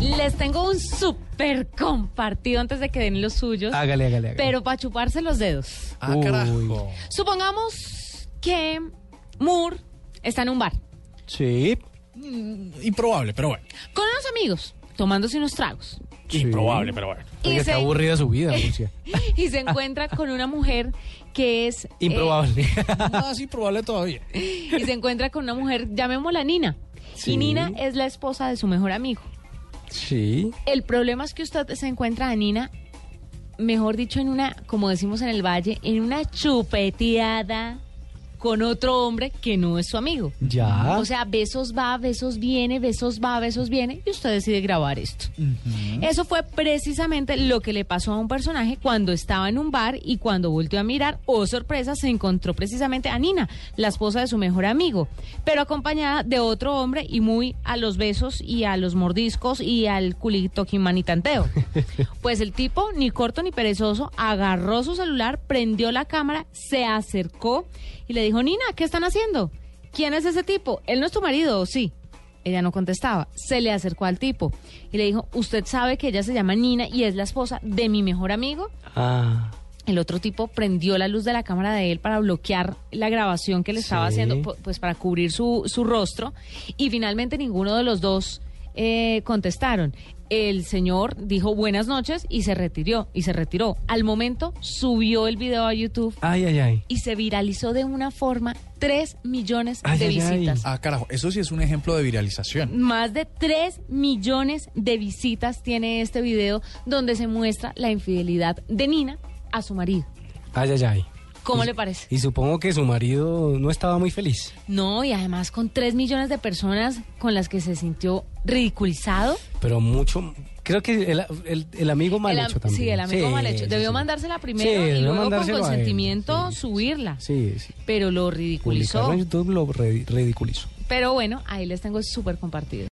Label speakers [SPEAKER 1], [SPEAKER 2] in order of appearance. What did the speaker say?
[SPEAKER 1] Les tengo un súper compartido antes de que den los suyos.
[SPEAKER 2] Hágale, hágale, hágale.
[SPEAKER 1] Pero para chuparse los dedos.
[SPEAKER 3] Ah,
[SPEAKER 2] Uy.
[SPEAKER 3] carajo.
[SPEAKER 1] Supongamos que Moore está en un bar
[SPEAKER 2] Sí.
[SPEAKER 3] Improbable, pero bueno.
[SPEAKER 1] con unos amigos tomándose unos tragos
[SPEAKER 2] Sí.
[SPEAKER 3] Improbable, pero bueno.
[SPEAKER 2] Oiga,
[SPEAKER 1] y,
[SPEAKER 2] qué
[SPEAKER 1] se,
[SPEAKER 2] aburrida su vida, Murcia.
[SPEAKER 1] y se encuentra con una mujer que es... eh,
[SPEAKER 2] Improbable.
[SPEAKER 3] Más improbable todavía.
[SPEAKER 1] y se encuentra con una mujer, llamémosla Nina.
[SPEAKER 2] Sí.
[SPEAKER 1] Y Nina es la esposa de su mejor amigo.
[SPEAKER 2] sí.
[SPEAKER 1] El problema es que usted se encuentra a Nina, mejor dicho, en una, como decimos en el valle, en una chupeteada con otro hombre que no es su amigo.
[SPEAKER 2] Ya.
[SPEAKER 1] O sea, besos va, besos viene, besos va, besos viene, y usted decide grabar esto. Eso fue precisamente lo que le pasó a un personaje cuando estaba en un bar y cuando volteó a mirar, oh sorpresa, se encontró precisamente a Nina, la esposa de su mejor amigo, pero acompañada de otro hombre y muy a los besos y a los mordiscos y al culito tanteo. Pues el tipo, ni corto ni perezoso, agarró su celular, prendió la cámara, se acercó y le dijo, Nina, ¿qué están haciendo? ¿Quién es ese tipo? ¿Él no es tu marido o sí? Ella no contestaba. Se le acercó al tipo y le dijo, ¿usted sabe que ella se llama Nina y es la esposa de mi mejor amigo?
[SPEAKER 2] ah.
[SPEAKER 1] El otro tipo prendió la luz de la cámara de él para bloquear la grabación que le estaba
[SPEAKER 2] Sí.
[SPEAKER 1] haciendo, pu- pues para cubrir su, su rostro. Y finalmente ninguno de los dos eh, contestaron. El señor dijo buenas noches y se retiró. Y se retiró. Al momento subió el video a YouTube
[SPEAKER 2] Ay, ay, ay.
[SPEAKER 1] y se viralizó de una forma 3 millones
[SPEAKER 2] Ay,
[SPEAKER 1] de
[SPEAKER 2] ay, ay.
[SPEAKER 1] visitas.
[SPEAKER 3] Ah, carajo. Eso sí es un ejemplo de viralización.
[SPEAKER 1] Más de 3 millones de visitas tiene este video donde se muestra la infidelidad de Nina a su marido.
[SPEAKER 2] Ay, ay, ay.
[SPEAKER 1] ¿Cómo
[SPEAKER 2] Y-
[SPEAKER 1] le parece?
[SPEAKER 2] Y supongo que su marido no estaba muy feliz.
[SPEAKER 1] No, y además con 3 millones de personas con las que se sintió ridiculizado.
[SPEAKER 2] Pero mucho. Creo que el, el- el amigo mal
[SPEAKER 1] El am-
[SPEAKER 2] hecho también.
[SPEAKER 1] Sí, el amigo mal hecho.
[SPEAKER 2] sí,
[SPEAKER 1] Debió
[SPEAKER 2] sí.
[SPEAKER 1] mandársela
[SPEAKER 2] Sí,
[SPEAKER 1] primero y
[SPEAKER 2] debió
[SPEAKER 1] luego con
[SPEAKER 2] mandárselo a él,
[SPEAKER 1] consentimiento
[SPEAKER 2] sí.
[SPEAKER 1] subirla.
[SPEAKER 2] Sí, sí.
[SPEAKER 1] Pero lo
[SPEAKER 2] Publicarlo
[SPEAKER 1] ridiculizó.
[SPEAKER 2] en YouTube lo re- ridiculizó.
[SPEAKER 1] Pero bueno, ahí les tengo el súper compartido.